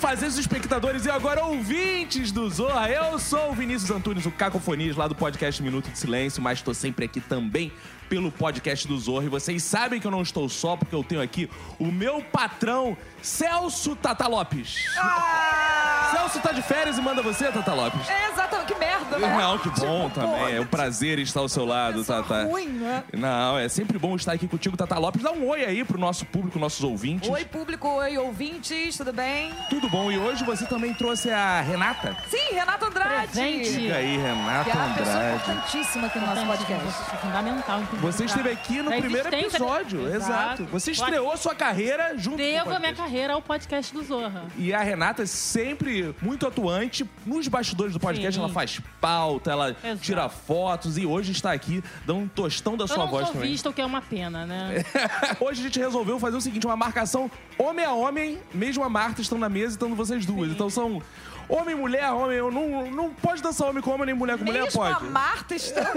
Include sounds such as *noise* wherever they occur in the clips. prazeres espectadores e agora ouvintes do Zorra. Eu sou o Vinícius Antunes, o Cacofonias, lá do podcast Minuto de Silêncio, mas tô sempre aqui também pelo podcast do Zorra. E vocês sabem que eu não estou só, porque eu tenho aqui o meu patrão, Celso Tata Lopes. Ah! Celso tá de férias e manda você, Tata Lopes. É, exatamente, que merda, né? Não, é que bom Tipo, também. É um pô, prazer estar ao seu lado, pessoa Tata. ruim, né? Não, é sempre bom estar aqui contigo, Tata Lopes. Dá um oi aí pro nosso público, nossos ouvintes. Oi, público, oi, ouvintes, tudo bem? Tudo bom. E hoje você também trouxe a Renata. Sim, Renato Andrade! Presente. Diga aí, Que Renata é uma pessoa Andrade. importantíssima aqui no nosso podcast. Isso é fundamental. inclusive, Você pra- esteve aqui no pra primeiro existência, né? episódio, exato. Você estreou sua carreira junto com Devo o a minha podcast. carreira ao podcast do Zorra. E a Renata é sempre muito atuante nos bastidores do podcast. Sim. Ela faz pauta, ela Exato. tira fotos e hoje está aqui dando um tostão da Eu sua não voz sou também. vista, o que é uma pena, né? *laughs* Hoje a gente resolveu fazer o seguinte: uma marcação homem a homem, mesmo a Marta estão na mesa e estão vocês duas. Então são homem e mulher, homem. Eu não, não pode dançar homem com homem, nem mulher com mulher, Mesmo a pode. *laughs* Marta está...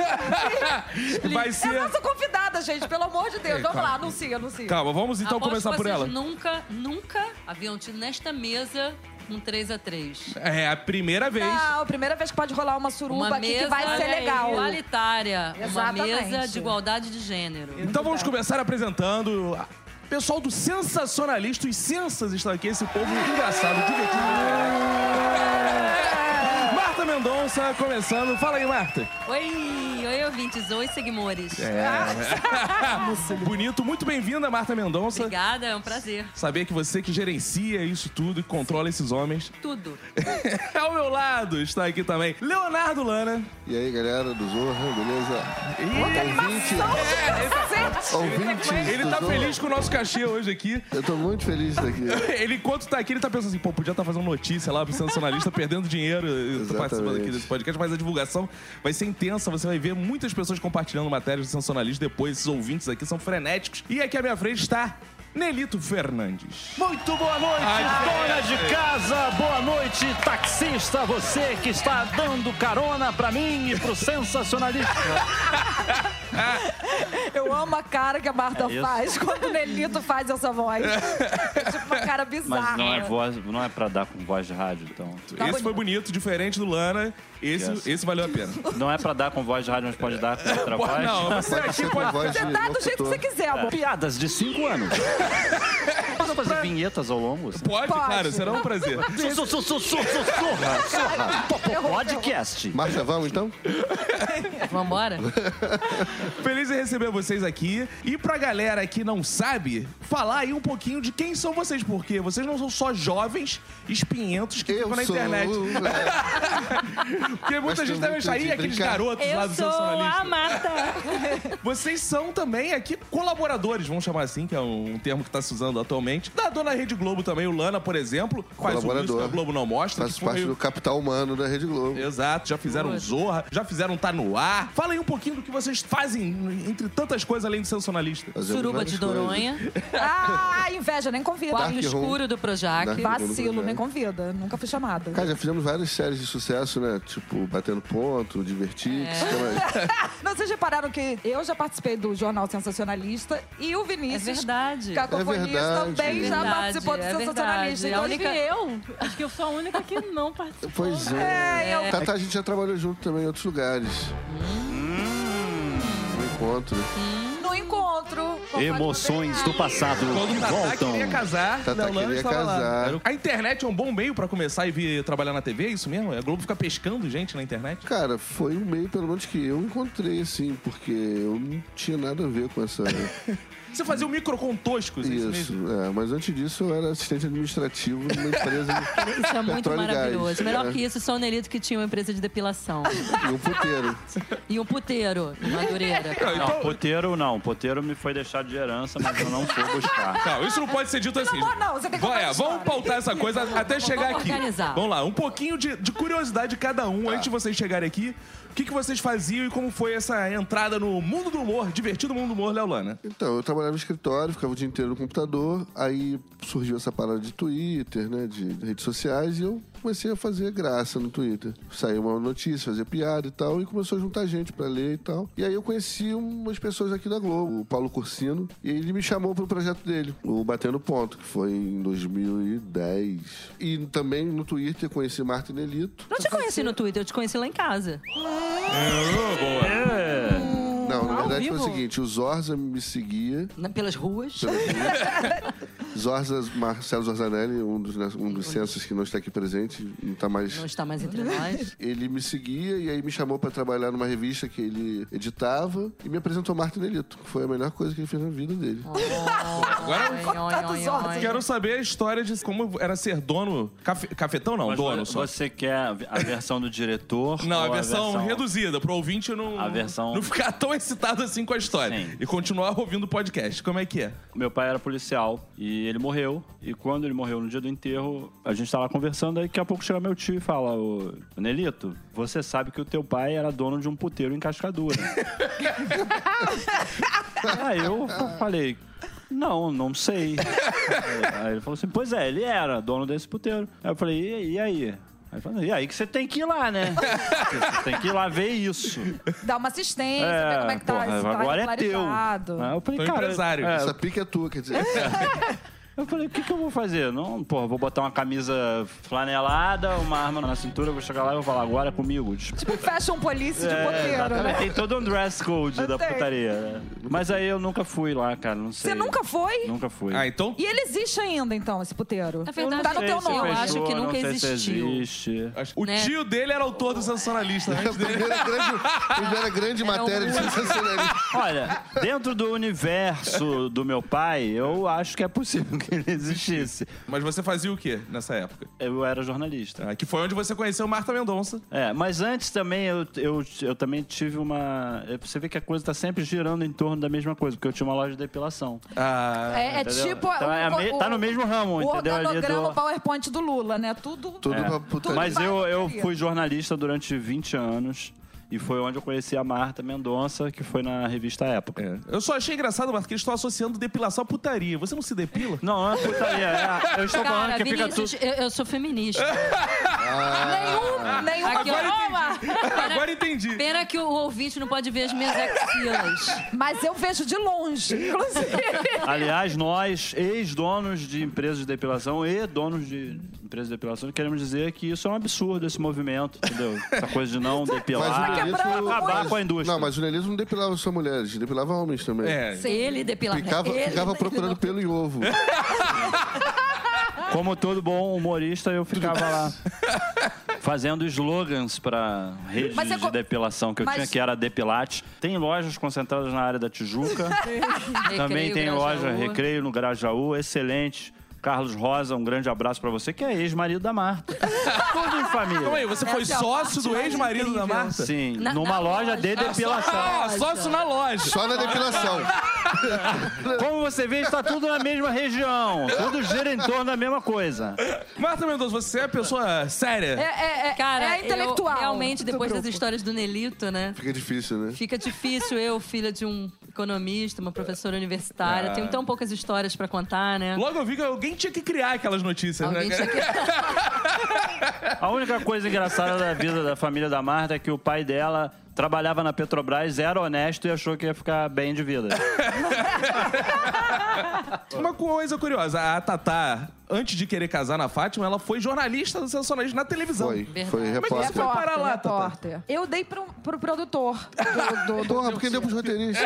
Vai É ser. nossa convidada, gente, pelo amor de Deus. É, Vamos calma. lá, anuncia, anuncia. Calma, vamos então Aposto começar que por vocês ela. nunca, nunca haviam tido nesta mesa um 3x3. É a primeira vez. Não, primeira vez que pode rolar uma suruba Uma aqui mesa que vai ser olha aí, legal. igualitária. Exatamente. Uma mesa de igualdade de gênero. Então vamos começar apresentando. a- Pessoal do Sensacionalista, os Sensas estão aqui, esse povo engraçado, divertido. Marta Mendonça começando. Fala aí, Marta. Oi, oi, ouvintes. Oi, seguidores. É. Ah, Bonito, muito bem-vinda, Marta Mendonça. Obrigada, é um prazer. Saber que você que gerencia isso tudo e controla esses homens. Tudo. Ao meu lado está aqui também Leonardo Lana. E aí, galera do Zorra, beleza? Ouvinte, É, ouvintes Ele do tá Zorra. feliz com o nosso cachê hoje aqui. Eu tô muito feliz daqui. Ele, enquanto tá aqui, ele tá pensando assim, pô, podia estar fazendo notícia lá pro sensacionalista, perdendo *laughs* dinheiro. Eu tô Exatamente. participando aqui desse podcast, mas a divulgação vai ser intensa. Você vai ver muitas pessoas compartilhando matérias do sensacionalista depois. Esses ouvintes aqui são frenéticos. E aqui à minha frente está Nelito Fernandes. Muito boa noite, dona de casa, boa noite, taxista, você que está dando carona pra mim e pro sensacionalista. Eu amo a cara que a É Marta isso. faz quando o Nelito faz essa *laughs* voz. É tipo uma cara bizarra. Mas não é, voz, não é pra dar com voz de rádio, então. esse foi bonito, diferente do Lana. Esse, Yes. esse valeu a pena. Não é pra dar com voz de rádio, mas *laughs* pode dar com outra Pô, voz. não, você Pode aqui ser com pode. voz de Você dá do jeito que locutor. você quiser, amor. Piadas de 5 anos. Posso fazer vinhetas ao longo? assim? Pode, Pode. cara, será um prazer. Su- su- su- su- su- Surra, surra, Topo podcast. Márcia, vamos então? É. Vambora? Feliz em receber vocês aqui. E pra galera que não sabe, falar aí um pouquinho de quem são vocês, porque vocês não são só jovens espinhentos que ficam na internet. Porque muita Gosto gente deve muito achar aí de aqueles brincar. garotos lá Eu do sou É, a sensacionalista. Marta. Vocês são também aqui colaboradores, vamos chamar assim, que é um termo que tá se usando atualmente. Da dona Rede Globo também, o Lana, por exemplo, faz o Colaborador. Lúcio da Globo não mostra. Faço que foi parte o- do capital humano da Rede Globo. Exato, já fizeram Zorra, já fizeram Tá No Ar. Fala aí um pouquinho do que vocês fazem, entre tantas coisas além de sensacionalista. Fazemos Suruba várias de coisas. Doronha. É. Ah, inveja, nem convida. Quarto Dark Room. escuro do Projac. Dark Room. Vacilo, nem convida. Nunca fui chamada. Cara, já fizemos várias séries de sucesso, né? Tipo, Batendo Ponto, Divertir, que se chama- Não, vocês repararam que eu já participei do Jornal Sensacionalista e o É Vinícius. verdade. É Cacofonias verdade. também já Verdade, participou do é Sensacionalista. verdade. Então, A única- enfim, Eu? Acho que eu sou a única que não participou. Pois é. Tata, a gente já trabalhou junto também em outros lugares. No encontro. no encontro. conforme Emoções do passado Quando o Tatá voltam. Tá, queria casar, Léo Tatá Lano Tá, queria estava lá. casar. Era o- A internet é um bom meio pra começar e vir trabalhar na TV, é isso mesmo? A Globo fica pescando gente na internet? Cara, foi um meio, pelo menos, que eu encontrei, assim, porque eu não tinha nada a ver com essa. Você fazia um o microcontoscos, é *laughs* isso Isso, mesmo? é, mas antes disso eu era assistente administrativo numa empresa de *laughs* Isso é muito Petróleo e gás. maravilhoso. Melhor É. que isso, só o Nelito que tinha uma empresa de depilação. e um puteiro. E um puteiro, em *laughs* Madureira. então, Não, poteiro não. Poteiro me foi deixado de herança, mas eu não fui buscar. Não, isso não pode ser dito assim. amor, não, você tem que Vai, contar é, a Vamos história. pautar essa coisa até chegar aqui. organizar. Vamos lá, um pouquinho de, de curiosidade de cada um antes de Tá. vocês chegarem aqui. O que, que vocês faziam e como foi essa entrada no mundo do humor, divertido mundo do humor, Léo Lana? Então, eu trabalhava no escritório, ficava o dia inteiro no computador. Aí surgiu essa parada de Twitter, né? De redes sociais, e eu comecei a fazer graça no Twitter. Saiu uma notícia, fazia piada e tal, e começou a juntar gente pra ler e tal. E aí eu conheci umas pessoas aqui da Globo, o Paulo Cursino, e ele me chamou pro projeto dele, o Batendo Ponto, que foi em 2010. E também no Twitter conheci Marta Nelito. Não te conheci no Twitter, eu te conheci lá em casa. Não, na Ao verdade foi o vivo? seguinte, o Zorza me seguia Na- Pelas ruas. Zorza, Marcelo Zorzanelli, um dos, um dos censos que não está aqui presente, não está mais. Não está mais *laughs* entre nós. Ele me seguia e aí me chamou para trabalhar numa revista que ele editava e me apresentou Martin Elito, que foi a melhor coisa que ele fez na vida dele. Agora eu Contatos ótimos. quero saber a história de como era ser dono. cafe- cafetão não, Mas dono você- só. Você quer a a versão do diretor? *laughs* Não, a ou versão, reduzida, pro ouvinte não, A versão- não ficar tão excitado assim com a história. Sim. E continuar ouvindo o podcast. Como é que é? Meu pai era policial e ele morreu. E quando ele morreu no dia do enterro, a gente tava conversando, aí daqui a pouco chega meu tio e fala: Ô, Nelito, você sabe que o teu pai era dono de um puteiro em cascadura. aí eu falei. Não, não sei. Aí ele falou assim: Pois é, ele era dono desse puteiro. Aí eu falei: E, e aí? Aí ele falou: E aí que você tem que ir lá, né? Você tem que ir lá ver isso. Dá uma assistência, ver como é que tá. porra, se tá agora é teu. regularizado. Aí eu falei, Tô cara, empresário. é, Essa pica é tua, quer dizer. eu falei, o que, que eu vou fazer? Não, porra, vou botar uma camisa flanelada, uma arma na cintura, eu vou chegar lá e vou falar, agora é comigo. Tipo, Tipo, fecha um polícia de é, poteiro, exatamente, né? Tem todo um dress code da Tem. putaria. né? Mas aí eu nunca fui lá, cara, não sei. Você nunca foi? Nunca fui. Ah, então. E ele existe ainda, então, esse puteiro. Na É verdade, tá no Não teu sei se nome. eu acho que fechou, nunca não sei se existiu. existe. acho- O Né? tio dele era autor do sensacionalista. né? *laughs* A primeira grande, a primeira grande matéria de sensacionalismo. Olha, dentro do universo do meu pai, eu acho que é possível *laughs* que ele existisse. Mas você fazia o quê nessa época? Eu era jornalista. Ah, que foi onde você conheceu Marta Mendonça. É, mas antes também eu, eu, eu também tive uma. é, Você vê que a coisa tá sempre girando em torno da mesma coisa, porque eu tinha uma loja de depilação. Ah, É, é Entendeu? tipo. Então é a o- me- o- tá no mesmo ramo, o entendeu? Ali organograma do- PowerPoint do Lula, né? Tudo. Tudo É. pra putaria. Mas eu, eu Maria. fui jornalista durante 20 anos e foi onde eu conheci a Marta Mendonça, que foi na revista Época. é. Eu só achei engraçado, Marta, que eles estão associando depilação à putaria. Você não se depila? Não, não é putaria. é- eu estou falando Cara, que fica Vinícius, tudo. É, eu, eu sou feminista. Nenhum, Ah. nenhum Aqui, ó. aroma. Agora entendi. Pena que o ouvinte não pode ver as minhas axilas. Mas eu vejo de longe, inclusive. Aliás, nós, ex-donos de empresas de depilação e donos de empresas de depilação, queremos dizer que isso é um absurdo, esse movimento, entendeu? Essa coisa de não Mas depilar. o Nelito- quebrando é Acabar com a indústria. Não, mas o Nelito não depilava só mulheres, depilava homens também. É. Ele depilava. Ficava, ele ficava procurando pelo em ovo. Como todo bom humorista, eu ficava lá fazendo slogans para redes Mas você de co- depilação que eu Mas- tinha, que era Depilate. Tem lojas concentradas na área da Tijuca. Recreio, Também tem Grajaú. loja Recreio no Grajaú, excelente. Carlos Rosa, um grande abraço para você, que é ex-marido da Marta. Tudo em Calma aí, família. você foi Essa é a sócio parte do mais ex-marido da incrível. é Marta? Sim, Na- numa na loja de loja. *laughs* depilação. Ah, sócio na loja. Só na depilação. Como você vê, está tudo na mesma região. Tudo gira em torno da mesma coisa. Marta Mendonça, você é a pessoa séria. É, é, é, Cara, é intelectual. eu realmente, do depois das grupo. histórias do Nelito, né? Fica difícil, né? Fica difícil eu, filha de um economista, uma professora universitária. Ah. Tenho tão poucas histórias pra contar, né? Logo eu vi que alguém tinha que criar aquelas notícias, Alguém né? tinha que... A única coisa engraçada da vida da família da Marta é que o pai dela trabalhava na Petrobras, era honesto e achou que ia ficar bem de vida. Uma coisa curiosa, a Tatá, antes de querer casar na Fátima, ela foi jornalista do Sensacionalismo na televisão. Foi, Verdade. foi Mas repórter. foi parar lá, Tatá? É repórter. Eu dei pro, pro produtor do, do, do Porra, meu porque é deu tio. pros roteiristas.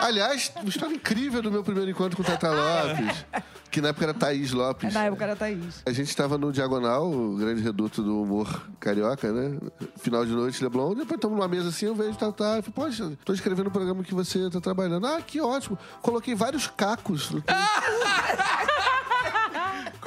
Aliás, uma história incrível do meu primeiro encontro com o Tata Lopes, que na época era Thaís Lopes. Na época era Thaís. A gente estava no Diagonal, o grande reduto do humor carioca, né? Final de noite, Leblon. Depois estamos numa mesa assim, eu vejo Tatá. Eu falo, poxa, tô escrevendo o programa que você tá trabalhando. Ah, que ótimo. Coloquei vários cacos. no texto.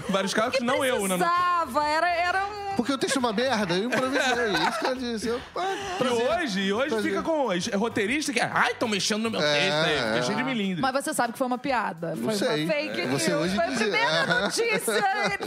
Vários carros, não eu, né? Precisava, era, era um. porque o texto é uma merda, eu improvisei. Isso que ela disse. Eu, ah, E hoje, e hoje Prazer. fica com os roteirista que. Ai, estão mexendo no meu É, texto aí. Fica é. cheio de milindre. Mas você sabe que foi uma piada. foi sei. uma fake É, news. você hoje foi a diz- é. primeira *laughs* notícia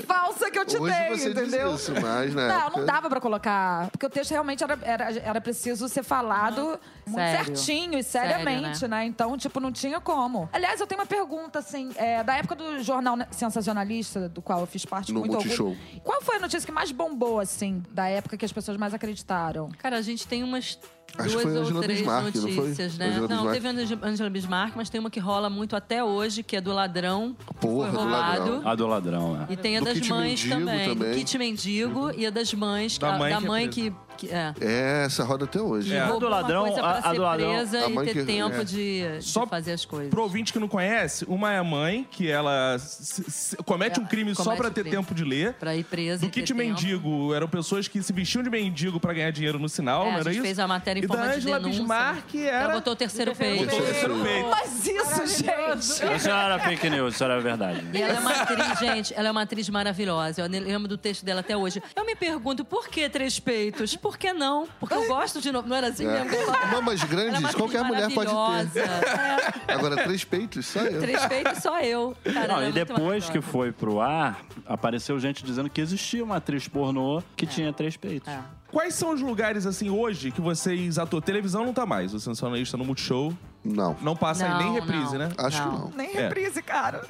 falsa que eu te Hoje dei, você diz entendeu? isso, mas na não, época- não dava pra colocar. Porque o texto realmente era, era, era preciso ser falado muito Sério. certinho e seriamente, né? Então, tipo, não tinha como. Aliás, eu tenho uma pergunta, assim, é, da época do jornal sensacionalista, do qual eu fiz parte No com muito Multishow. orgulho. Qual foi a notícia que mais bombou, assim, da época que as pessoas mais acreditaram? Cara, a gente tem umas Acho duas que foi a ou Angela três Bismarck, não foi? notícias, né? Angela não, Bismarck. teve a Angela Bismarck, mas tem uma que rola muito até hoje, que é do ladrão. que Porra, foi do roubado. ladrão. A do ladrão, né? E tem a Do das kit mães mendigo também. também. Do kit mendigo e a das mães. Da a- mãe que é que. que- é. É, essa roda até hoje. É. roubou A do uma ladrão, coisa a- pra a ser do ladrão. presa A e mãe ter que- tempo é. de, de Só fazer as coisas. Pro ouvinte que não conhece, uma é a mãe, que ela se- se- comete um crime só É, comete pra o ter crime. tempo de ler. Pra ir presa. Do e ter kit tempo. mendigo, eram pessoas que se vestiam de mendigo pra ganhar dinheiro no sinal, É, não a era gente isso? fez a matéria em e forma da de Angela denúncia. né? Bismarck Ela era. botou o terceiro peito. botou o terceiro peito. Mas isso, gente! Isso não era fake news, isso era verdade. E ela é uma atriz, gente, ela é uma atriz maravilhosa. Eu lembro do texto dela até hoje. Eu me pergunto, por que três peitos? Por que não? Porque eu gosto de novo. Não era assim mesmo? que eu falava? É. Mamas Ela é grandes, uma qualquer atriz mulher pode ter. maravilhosa. Agora, três peitos, só É, eu. três peitos, só eu. Cara, ela Não, é e muito depois que maravilhosa. foi pro ar, apareceu gente dizendo que existia uma atriz pornô que tinha três peitos. É. Quais são os lugares, assim, hoje que vocês atuam? Televisão não tá mais, o sensacionalista no Multishow. Não, Não passa aí nem Não, reprise, não. né? acho Não. que não. Nem reprise, cara.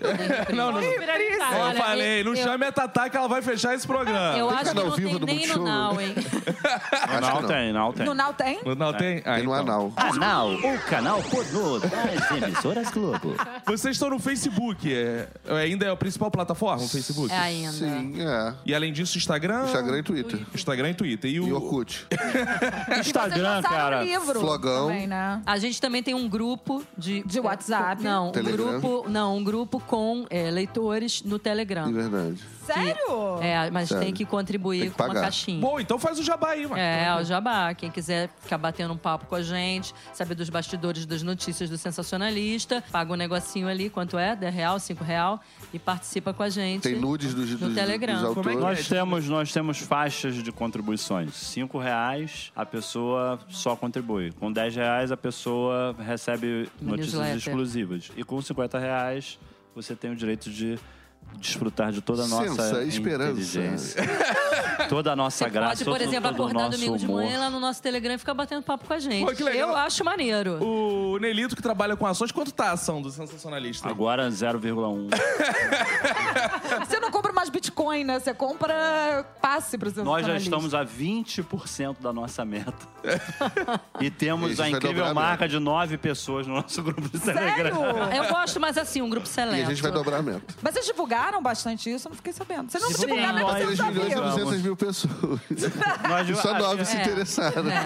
Não, não. Viralizado. Eu Olha, falei, eu- não eu- chame a Tatá que ela vai fechar esse programa. Eu Tem acho que canal não vivo tem do nem no Multishow, Now, né? hein? Acho Não que não. tem, não tem. No Now tem? Não tem? Ah, Tem no então. anal. Canal, o canal pornô das emissoras Globo. Vocês estão no Facebook. é- ainda é a principal plataforma, o Facebook? É ainda. Sim, é. E além disso, Instagram... Instagram e Twitter. Instagram e Twitter. E o... E Orkut. Instagram, cara. livro Flogão. também, né? A gente também tem um grupo de... De WhatsApp. Não, um Telegram. grupo, não, um grupo com é, leitores no De Telegram. verdade. Sério? É, mas Sério. tem que contribuir Tem que com uma pagar. caixinha. Bom, então faz o jabá aí, mano. É, o Jabá. Quem quiser ficar batendo um papo com a gente, saber dos bastidores das notícias do Sensacionalista, paga um negocinho ali, quanto é? 10 real, 5 real, e participa com a gente. Tem nudes dos, dos, No Telegram. dos Como é que- autores. Nós temos, nós temos faixas de contribuições. Cinco reais, a pessoa só contribui. Com 10 reais, a pessoa recebe Uma notícias newsletter. exclusivas. E com 50 reais, você tem o direito de desfrutar de toda a nossa Sensa, é esperança. inteligência. toda a nossa Você pode, graça, por todo- exemplo, todo o acordar nosso domingo de humor. manhã lá no nosso Telegram e ficar batendo papo com a gente. Pô, que legal. Eu acho maneiro. O Nelito, que trabalha com ações, quanto tá a ação do sensacionalista? Agora *laughs* 0,1. Você não compra mais Bitcoin, né? Você compra passe pro seu Nós já jornalista. estamos a 20% da *laughs* nossa meta. e temos Isso né? a vai dobrar incrível a marca de nove pessoas no nosso grupo do *laughs* Telegram. Sério? Eu gosto, mas assim, um grupo E seleto. a gente vai dobrar a meta. Mas vocês divulgaram bastante isso? Eu não fiquei sabendo. Vocês não Sim, divulgaram, nós mas vocês 3 milhões e sabiam. divulgamos. 200 *laughs* mil pessoas. Nós, É. E só a- é nove se interessaram. É.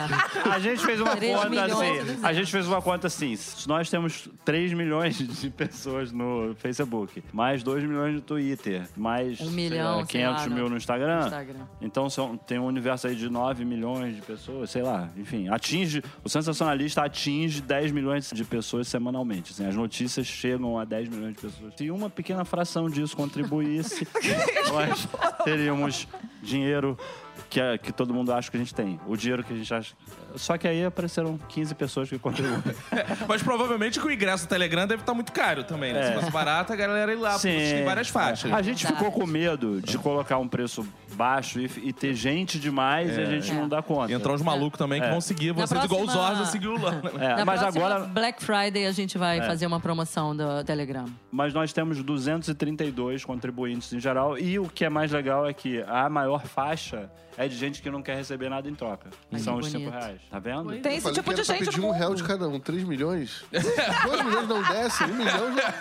A gente fez uma Três conta milhões e assim. duzentos. A gente fez uma conta assim. se Nós temos 3 milhões de pessoas no Facebook, mais 2 milhões no Twitter, mais Um sei milhão, lá, sei lá, 500 mil no- no Instagram. no Instagram. Então são, tem um universo aí de 9 milhões de pessoas, sei lá. Enfim, atinge. O sensacionalista atinge 10 milhões de pessoas semanalmente. assim, as notícias chegam a 10 milhões de pessoas. Se uma pequena fração *laughs* disso contribuísse, nós teríamos dinheiro que, é- que todo mundo acha que a gente tem. O dinheiro que a gente acha. Só que aí apareceram 15 pessoas *laughs* que contribuem. Mas provavelmente que o ingresso do Telegram deve estar muito caro também, né? Se fosse barato, a galera ia lá, Ah, porque vocês têm várias faixas. A gente ficou com medo de colocar um preço baixo e, e ter gente demais É. e a gente não dá conta. E entrar uns malucos também que vão seguir vocês, igual os próxima- Orza seguiu o né? Lana. É, Na mas próxima agora, É. Black Friday, a gente vai fazer uma promoção do Telegram. mas nós temos 232 contribuintes em geral e o que é mais legal é que a maior faixa é de gente que não quer receber nada em troca. Ai, São que os 5 bonito. reais, tá vendo? Pois Tem Eu esse falei tipo que de era pra gente pedir no um real mundo. de cada um, 3 milhões? 2 milhões não desce, 1 milhão já.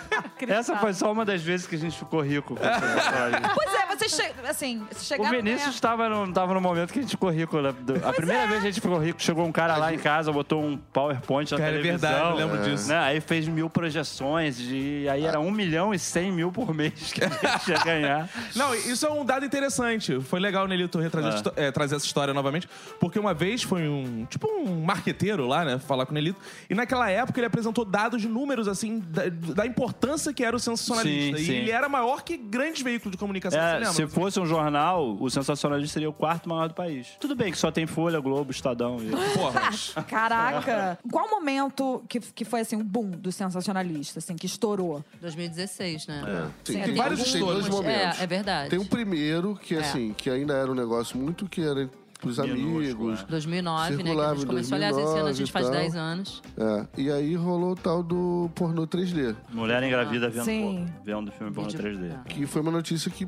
Essa foi só uma das vezes que a gente ficou rico. com *laughs* esse episódio. Pois é, vocês che- assim, vocês O chegaram... Vinícius né? estava no, tava no momento que a gente ficou rico. né? Do- A é. primeira vez que a gente ficou rico, chegou um cara lá em casa, botou um PowerPoint na Cara, é televisão. verdade, eu lembro disso. né? Aí fez mil projeções e aí era um milhão e cem mil por mês que a gente ia ganhar. Não, isso é um dado interessante. Foi legal o Nelito retrazer essa histó- é, trazer essa história novamente, porque uma vez foi um, tipo um marqueteiro lá, né, falar com o Nelito, e naquela época ele apresentou dados de números, assim, da, da importância que era o sensacionalista. Sim, e sim. ele era maior que grandes veículos de comunicação. É, Você lembra? se fosse um jornal, o sensacionalista seria o quarto maior do país. Tudo bem que só tem Folha, Globo, Estadão. e- Porra, mas... Caraca! Qual momento que, que foi assim, o boom do sensacionalista, assim, que estourou? 2016, né? É, Sim, Sim, tem, tem vários alguns- tem dois Mas- momentos. É, é verdade. Tem um o primeiro, É. que assim, que ainda era um negócio muito que era pros amigos. é. 2009, né? Que a Circulava gente em começou. Aliás, esse ano a 2009 gente e tá? faz tal. 10 anos. né? É, E aí rolou o tal do pornô 3D. Mulher engravida vendo, Sim. por- vendo filme porno Vídeo- Ah. 3D. Que foi uma notícia que,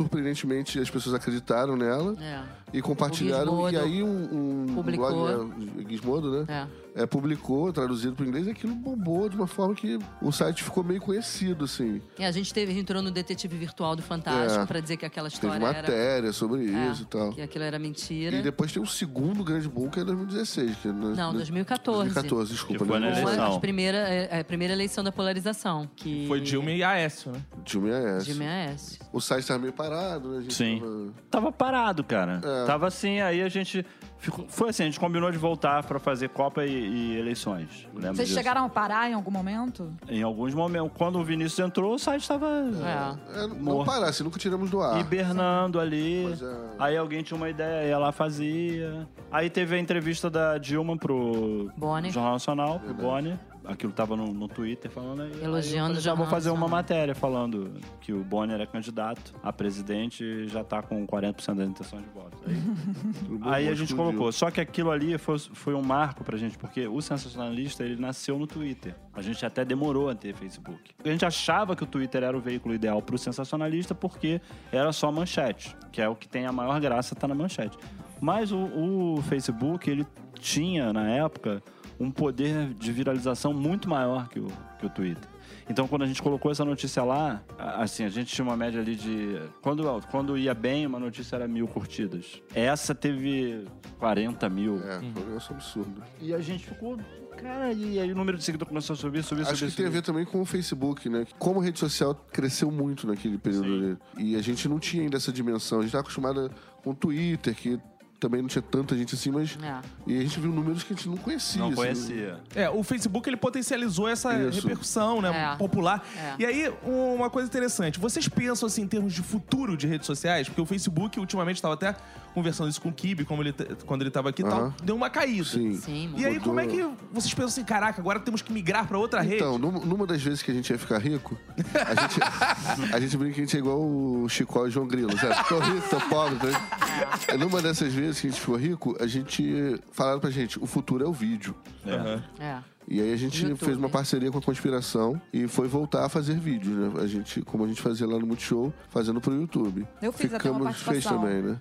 surpreendentemente, as pessoas acreditaram nela É. e compartilharam. O Gizmodo e aí um, um publicou. blog, né, Gizmodo, né? É. É, publicou, traduzido para inglês, e aquilo bombou de uma forma que o site ficou meio conhecido, assim. E a gente teve, entrou no detetive virtual do Fantástico É. pra dizer que aquela Teve história era. matéria sobre É, isso e tal. Que aquilo era mentira. E depois tem o segundo grande boom, que é 2016. Que é na- Não, na- 2014. 2014, desculpa. Que foi na né? Foi eleição. a primeira, é, a primeira eleição da polarização. Que Foi Dilma e Aécio, né? Dilma e AS. Dilma e Aécio. O site estava meio parado, né? A gente Sim. tava- Tava parado, cara. É. Tava assim, aí a gente. Ficou, foi assim, a gente combinou de voltar pra fazer Copa e, e eleições. Lembra Vocês disso? chegaram a parar em algum momento? Em alguns momentos, quando o Vinícius entrou, o site tava É. É, não Morto. parasse, nunca tiramos do ar. hibernando ali. Pois é. Aí alguém tinha uma ideia, ia lá fazia. Aí teve a entrevista da Dilma pro Bonner. Jornal Nacional, pro Bonner. Aquilo tava no, no Twitter falando aí. Elogiando aí eu falei, o já vou Jornal fazer uma Nacional." matéria falando que o Bonner é candidato a presidente e já tá com 40% da intenção de voto. Aí Aí a gente colocou. Só que aquilo ali foi, foi um marco pra gente, porque o sensacionalista, ele nasceu no Twitter. A gente até demorou a ter Facebook. A gente achava que o Twitter era o veículo ideal pro sensacionalista porque era só manchete, que é o que tem a maior graça, tá na manchete. Mas o, o Facebook, ele tinha, na época, um poder de viralização muito maior que o, que o Twitter. Então, quando a gente colocou essa notícia lá, a- assim, a gente tinha uma média ali de. Quando, quando ia bem, uma notícia era mil curtidas. Essa teve 40 mil. É, foi um negócio absurdo. E a gente ficou. Cara, e aí o número de seguidores começou a subir, subir, Acho subir. que tem a subir. ver também com o Facebook, né? Como a rede social cresceu muito naquele período ali. E a gente não tinha ainda essa dimensão. A gente estava acostumada com o Twitter, que também não tinha tanta gente assim, mas. É. E a gente viu números que a gente não conhecia. Não assim. conhecia. É, o Facebook ele potencializou essa Isso. repercussão, né, É. popular. É. E aí, um- uma coisa interessante, vocês pensam assim em termos de futuro de redes sociais? Porque o Facebook ultimamente estava até conversando isso com o Kibe, como ele te- quando ele estava aqui, e tal, Aham. deu uma caída. Sim. Sim, E aí, Mudou. como é que vocês pensam assim, caraca, agora temos que migrar para outra Então, rede? numa, numa das vezes que a gente ia ficar rico, a *laughs* gente, a gente brinca que a gente é igual o Chicó e o João Grilo, sabe? Tô rico, tô pobre. Tô... É. rico. Numa dessas vezes que a gente ficou rico, a gente falaram pra gente, o futuro é o vídeo. Aham. É. E aí a gente YouTube. fez uma parceria com a Conspiração e foi voltar a fazer vídeos, né? A gente, como a gente fazia lá no Multishow, fazendo pro YouTube. Eu fiz até uma Ficamos, fez participação. também, né?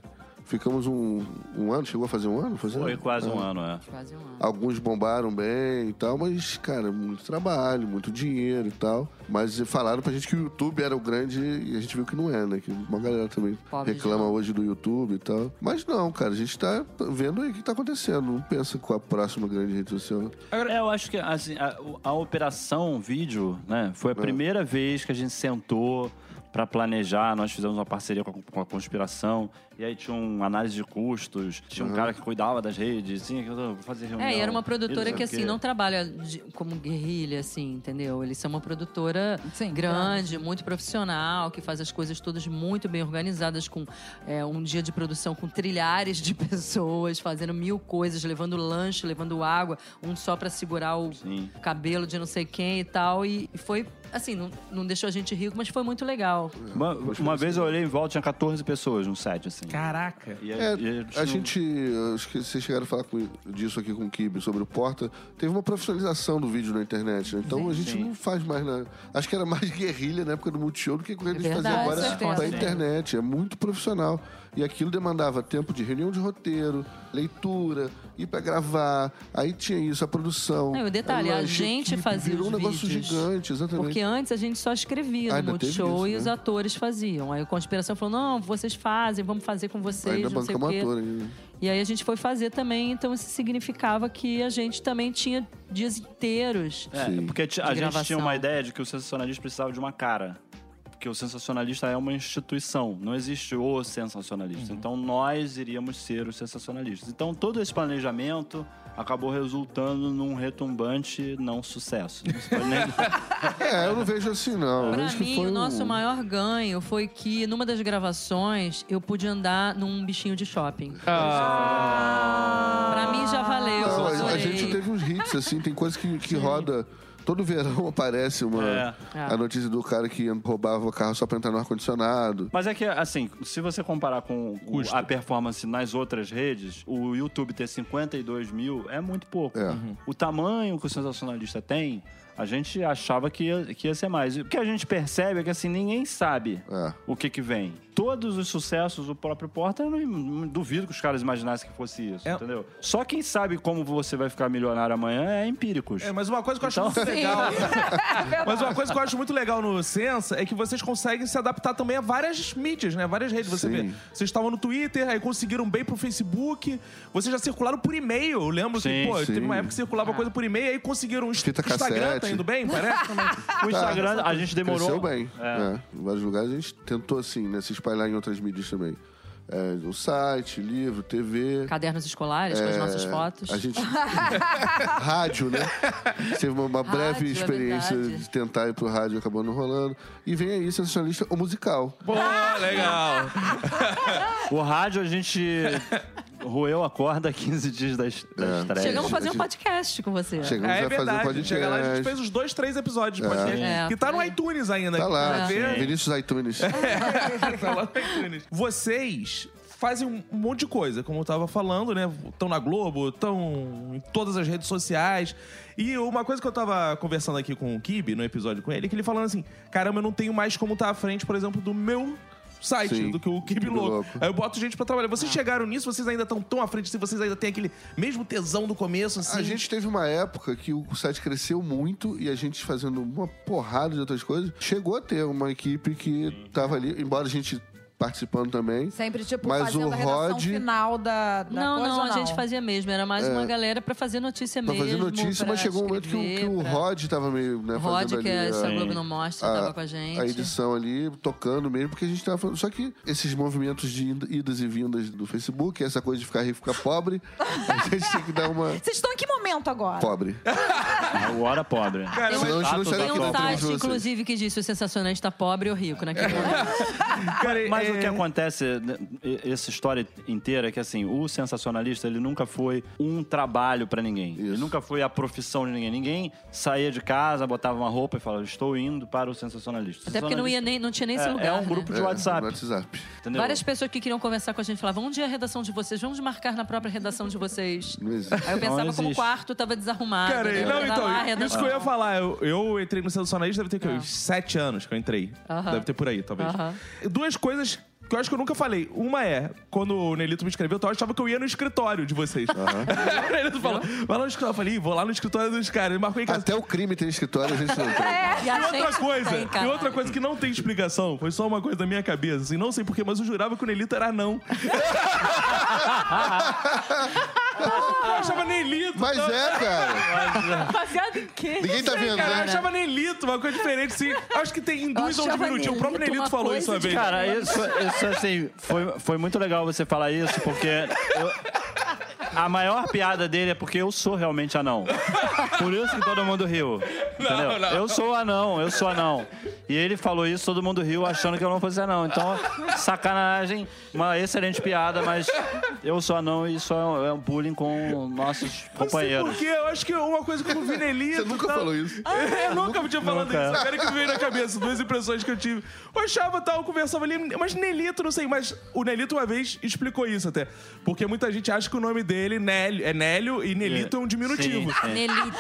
Ficamos um, um ano, chegou a fazer um ano? Fazer Foi quase um ano, é. Quase um ano. Alguns bombaram bem e tal, mas, cara, muito trabalho, muito dinheiro e tal. Mas falaram pra gente que o YouTube era o grande e a gente viu que não é, né? Que uma galera também Pobre reclama de lá. hoje do YouTube e tal. Mas não, cara, a gente tá vendo aí o que tá acontecendo. Não pensa qual é a próxima grande rede social. É, eu acho que assim, a, a operação vídeo, né, foi É. a primeira vez que a gente sentou pra planejar. Nós fizemos uma parceria com a, com a conspiração e aí tinha um análise de custos, tinha Uhum. um cara que cuidava das redes, assim, que eu vou fazer reunião. É, e era uma produtora sei o que, quê. assim, não trabalha de- como guerrilha, assim, entendeu? Eles são uma produtora Sim, grande, muito profissional, que faz as coisas todas muito bem organizadas, com é, um dia de produção com trilhares de *laughs* pessoas, fazendo mil coisas, levando lanche, levando água, um só pra segurar o Sim. cabelo de não sei quem e tal. E, e foi, assim, não, não deixou a gente rico, mas foi muito legal. Uma, uma vez eu olhei em volta, tinha 14 pessoas no set, assim. Caraca. E É, e um a gente. Acho que vocês chegaram a falar com- disso aqui com o Kibe sobre o Porta. Teve uma profissionalização do vídeo na internet, né? Então a gente sim. não faz mais na. Acho que era mais *laughs* guerrilha na época do Multishow do que quando eles faziam É verdade, agora com certeza. pra internet. É muito profissional. E aquilo demandava tempo de reunião de roteiro, leitura, ir pra gravar. Aí tinha isso, a produção. Não, e o detalhe, era a uma gente equipe, fazia Virou os um negócio vídeos. gigante, exatamente. Porque antes a gente só escrevia Ah, no ainda Multishow teve e isso, os né? atores faziam. Aí o Conspiração falou: não, vocês fazem, vamos fazer com vocês, Ainda não sei o bancamos quê. ator ainda. E aí a gente foi fazer também, então isso significava que a gente também tinha dias inteiros. É, Sim. porque ti- a De gente tinha gravação. uma ideia de que o sensacionalista precisava de uma cara. porque o sensacionalista é uma instituição, não existe o sensacionalista. Uhum. Então nós iríamos ser os sensacionalistas. Então todo esse planejamento acabou resultando num retumbante não sucesso. Não se pode nem- É, eu não vejo assim, não. Eu Pra vejo que mim, foi o nosso um- maior ganho foi que numa das gravações eu pude andar num bichinho de shopping. Ah. Pra mim já valeu. Não, a, a adorei. gente teve uns hits, assim, tem coisa que, que roda. Todo verão *laughs* aparece uma, É. a notícia do cara que roubava o carro só pra entrar no ar-condicionado. Mas é que, assim, se você comparar com o- Custo. a performance nas outras redes, o YouTube ter 52 mil é muito pouco. É. Uhum. O tamanho que o sensacionalista tem, a gente achava que ia, que ia ser mais. E O que a gente percebe é que, assim, ninguém sabe É. o que que vem. Todos os sucessos do próprio Porta, eu não, não duvido que os caras imaginassem que fosse isso, É. entendeu? Só quem sabe como você vai ficar milionário amanhã é empíricos. É, mas uma coisa que eu acho Então- muito *laughs* É legal. mas uma coisa que eu acho muito legal no Sensa é que vocês conseguem se adaptar também a várias mídias, né? Várias redes. Você Sim. vê. Vocês estavam no Twitter, aí conseguiram bem pro Facebook. Vocês já circularam por e-mail. Eu lembro que, Sim, pô, sim. teve uma época que circulava coisa por e-mail, aí conseguiram o Inst- Ah. Fita Instagram, tá cassete. indo bem, *laughs* parece? O Instagram, a gente demorou... Ah, Cresceu bem. É. né? Em vários lugares a gente tentou, assim, né, se espalhar em outras mídias também. É, o site, livro, TV. Cadernos escolares com as nossas é, fotos. A *laughs* gente. rádio, né? Teve uma, uma Rádio, breve é experiência verdade. de tentar ir pro rádio, acabou não rolando. E vem aí, sensacionalista, o musical. Pô, legal. O rádio *laughs* a gente roeu a corda 15 dias da, es- da É. estreia. Chegamos a fazer a um gente- podcast com você. Chegamos É, a fazer um verdade. podcast. Chega lá, a gente fez um os dois, três episódios de podcast. É. Que tá no iTunes ainda. né? Tá Pra lá, ver. *laughs* Vinícius iTunes. Tá lá no iTunes. Vocês fazem um um monte de coisa, como eu tava falando, né? Estão na Globo, estão em todas as redes sociais. E uma coisa que eu tava conversando aqui com o Kibe, no episódio com ele, que ele falando assim: caramba, eu não tenho mais como estar tá à frente, por exemplo, do meu site, Sim, do que o Kibe Kibe louco. Louco. Ah. Aí eu boto gente pra trabalhar. Vocês chegaram nisso, vocês ainda estão tão à frente, assim, vocês ainda têm aquele mesmo tesão do começo, assim. A gente teve uma época que o site cresceu muito e a gente fazendo uma porrada de outras coisas. Chegou a ter uma equipe que tava ali, embora a gente participando também. é Sempre, tipo, Mas fazendo o a redação Rod- final da, da Não, coisa, não, a gente fazia mesmo. Era mais uma galera pra fazer notícia É. Pra mesmo. fazer notícia, pra mas chegou um momento que o, escrever, que o pra- Rod tava meio, né, Rod, fazendo que ali Ah, é essa a- Globo não mostra, tava com a gente. a edição ali, tocando mesmo, porque a gente tava falando. Só que esses movimentos de ind- idas e vindas do Facebook, essa coisa de ficar rico e ficar *laughs* pobre, a gente tem que dar uma. Vocês estão em que momento agora? Pobre. É O Hora Pobre. Tem Senão a gente não Status Tá estaria Tem aqui um dentro site, com vocês. inclusive, que disse o sensacionalista pobre ou rico, naquele É. momento. Cara, Mas é- o que acontece, né, e- essa história inteira, é que assim, o sensacionalista, ele nunca foi um trabalho pra ninguém. Ele Isso. nunca foi a profissão de ninguém. Ninguém saía de casa, botava uma roupa e falava, estou indo para o sensacionalista. Até porque não, ia nem, não tinha nem esse É, lugar. é um né? grupo de É, WhatsApp, WhatsApp. entendeu? Várias pessoas que queriam conversar com a gente falavam: onde é a redação de vocês? Vamos marcar na própria redação de vocês. Não existe. É Aí eu pensava como existe. o quarto tava desarrumado. Cara, né? não, Vai lá, a então, isso redação. Ah. que eu ia falar. Eu, eu entrei no Sensacionalista, deve ter o quê? Uns sete anos que eu entrei. Aham. Deve ter por aí, talvez. Aham. Duas coisas que eu acho que eu nunca falei. Uma é, quando o Nelito me escreveu, eu achava que eu ia no escritório de vocês. *laughs* o Nelito falou, vai lá no escritório. Eu falei, "Ih, vou lá no escritório dos caras. Ele marcou em casa. Até o crime tem escritório, a gente *laughs* não tem. E a E outra gente tá não coisa, tem, e cara. outra coisa que não tem explicação, foi só uma coisa da minha cabeça, assim, não sei porquê, mas eu jurava que o Nelito era anão. eu achava Nelito. Mas é, cara. Baseado em quê? Ninguém tá vendo, Cara, eu né? achava Nelito, uma coisa diferente, sim. Acho que tem em dois Eu ou um achava minutinho. O próprio Nelito Nelito uma falou isso uma coisa vez. Cara, isso, isso assim, foi, foi muito legal você falar isso, porque eu- a maior piada dele é porque eu sou realmente anão. Por isso que todo mundo riu. Entendeu? não. Eu sou anão, eu sou anão. E ele falou isso, todo mundo riu achando que eu não fosse anão. Então, sacanagem, uma excelente piada, mas eu sou anão e isso é um, é um bullying com nossos não sei companheiros. porquê, eu acho que uma coisa que eu vi Nelito. Você nunca tá? falou isso. É, eu nunca tinha falado Nunca. isso. Agora que veio na cabeça, duas impressões que eu tive. Eu achava tal, eu conversava ali, mas Nelito, não sei, mas o Nelito uma vez explicou isso até. Porque muita gente acha que o nome dele Nélio, é Nélio e Nelito é um diminutivo. Sim, sim. Nelito.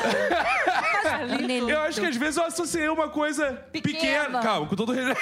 Nelito. Eu acho que às vezes eu associei uma coisa pequena. Pequena. Calma, com todo respeito.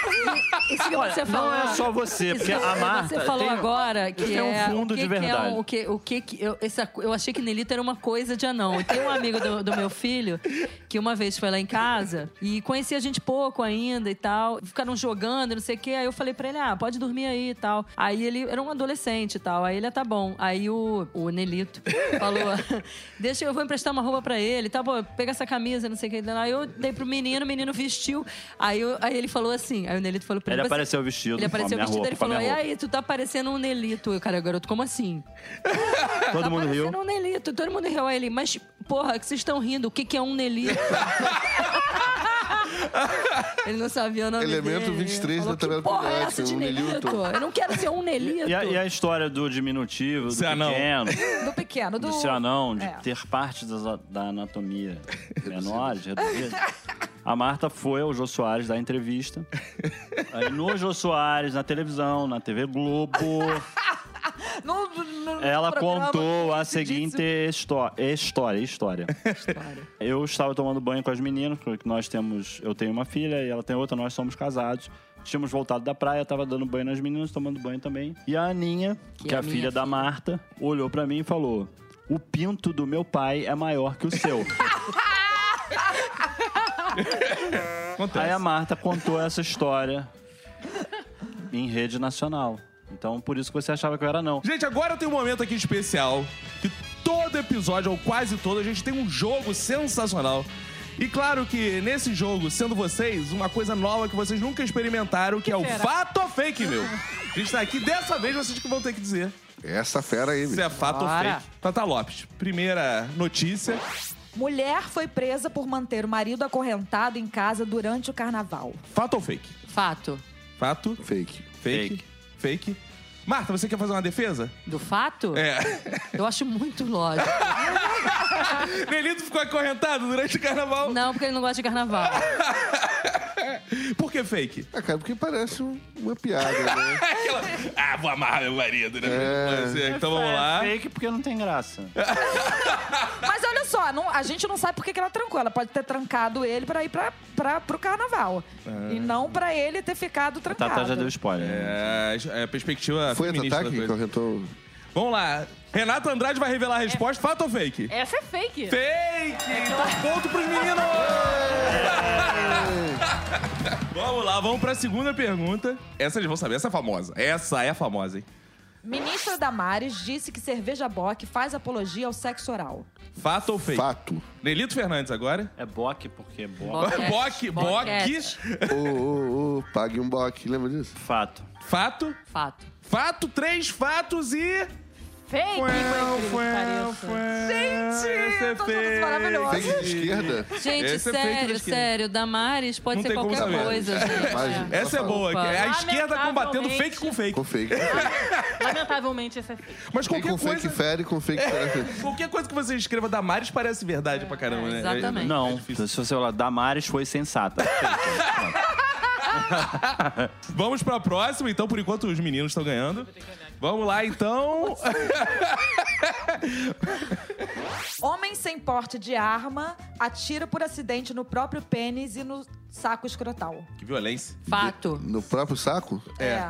Isso que você falou. Não é só você, Isso porque que a Marta Você falou tem- agora que tem um é fundo o que de que verdade. é um- o que, o que, que- eu, essa, eu achei que Nelita era uma coisa de anão. E tem um amigo do, do meu filho que uma vez foi lá em casa e conhecia a gente pouco ainda e tal. Ficaram jogando, não sei o quê. Aí eu falei pra ele, ah, pode dormir aí e tal. Aí ele era um adolescente e tal. Aí ele, ah, tá bom. Aí o, o Nelito falou, *laughs* deixa, eu vou emprestar uma roupa pra ele, tá bom? Pega essa camisa, não sei o que. Aí eu dei pro menino, o menino vestiu. Aí, eu- aí ele falou assim, aí o Nelito falou pra Ele ele. "Você- apareceu vestido. ele apareceu com a minha vestido, roupa, ele com a falou: E minha roupa. aí, tu tá parecendo um Nelito. Eu, cara, garoto, como assim? Todo tá mundo riu. parecendo um Nelito. Todo mundo riu. Aí ele, mas, porra, que vocês estão rindo? O que, que é um Nelito? ele não sabia o nome Elemento dele. 23 Falou, da tabela que porra é periódica, essa de um Nelito? Nelito." Eu não quero ser um Nelito. E a, e a história do diminutivo, do Ser anão. pequeno, Do pequeno, do. do ser anão, de É. ter partes da, da *laughs* anatomia menores, reduzidas. A Marta foi ao Jô Soares dar entrevista. Aí no Jô Soares, na televisão, na TV Globo, No, no- no ela programa. contou a seguinte histó- história, história. Eu estava tomando banho com as meninas, porque nós temos. Eu tenho uma filha e ela tem outra, nós somos casados. Tínhamos voltado da praia, tava dando banho nas meninas, tomando banho também. E a Aninha, que, é a filha, da Marta, olhou pra mim e falou: O pinto do meu pai é maior que o *laughs* seu. Acontece. Aí a Marta contou essa história em rede nacional. Então, por isso que você achava que eu era não. Gente, agora tem um momento aqui especial que todo episódio, ou quase todo, a gente tem um jogo sensacional. E claro que nesse jogo, sendo vocês, uma coisa nova que vocês nunca experimentaram, que, é o fato ou fake, meu. A gente tá aqui, dessa vez vocês que vão ter que dizer Essa fera aí, se meu. é fato ou Bora. fake. Tata Lopes, primeira notícia. Mulher foi presa por manter o marido acorrentado em casa durante o carnaval. Fato ou fake? Fato. Fato, Fake. fake, fake. Marta, você quer fazer uma defesa? Do fato? É. *laughs* Eu acho muito lógico. Nelito ficou acorrentado durante o carnaval. Não, porque ele não gosta de carnaval. Por que fake? Ah, cara, porque parece um- uma piada, *laughs* né? Aquela. Ah, vou amarrar meu marido, né? É. Assim, Então vamos lá. É fake porque não tem graça. Mas olha só, não- a gente não sabe por que que ela trancou. Ela pode ter trancado ele pra ir pra, pra, pro carnaval. E não pra ele ter ficado trancado. Tata Tá, já deu spoiler. né? É, é a perspectiva Foi a feminista Tatá que da coisa. correntou. Vamos lá. Renata Andrade vai revelar a resposta, fato ou fake? Essa é fake. Fake! Então ponto pros meninos! É. vamos lá, vamos pra segunda pergunta. Essa eles vão saber, essa é famosa. Essa é famosa, hein? Ministra Damares disse que cerveja Bock faz apologia ao sexo oral. Fato ou fake? Fato. Nelito Fernandes agora. É boque porque é boque. Boquete. Boque, boque. Boquete. Ô, ô, ô, pague um boque, lembra disso? é Fato. Fato. Fato. Fato, três fatos e. Fake. por incrível Gente, esse é que pareça. todos fake. maravilhosos. Fake de esquerda? Gente, Esse é fake da sério, esquerda. sério. Damares pode Não ser tem como qualquer saber. coisa, *laughs* Imagina. gente. Essa é boa. Opa. É a esquerda combatendo fake com fake. Com fake. Lamentavelmente, essa é fake. Mas Tem qualquer com coisa. É. fake fere, com fake fere. Qualquer coisa que você escreva da Maris parece verdade pra caramba, né? É- exatamente. é Não, difícil. se você falar, Damares foi sensata. *laughs* Vamos pra próxima, então, por enquanto os meninos estão ganhando. Vamos lá, então. Homem sem porte de arma atira por acidente no próprio pênis e no saco escrotal. que violência. Fato. No próprio saco? É.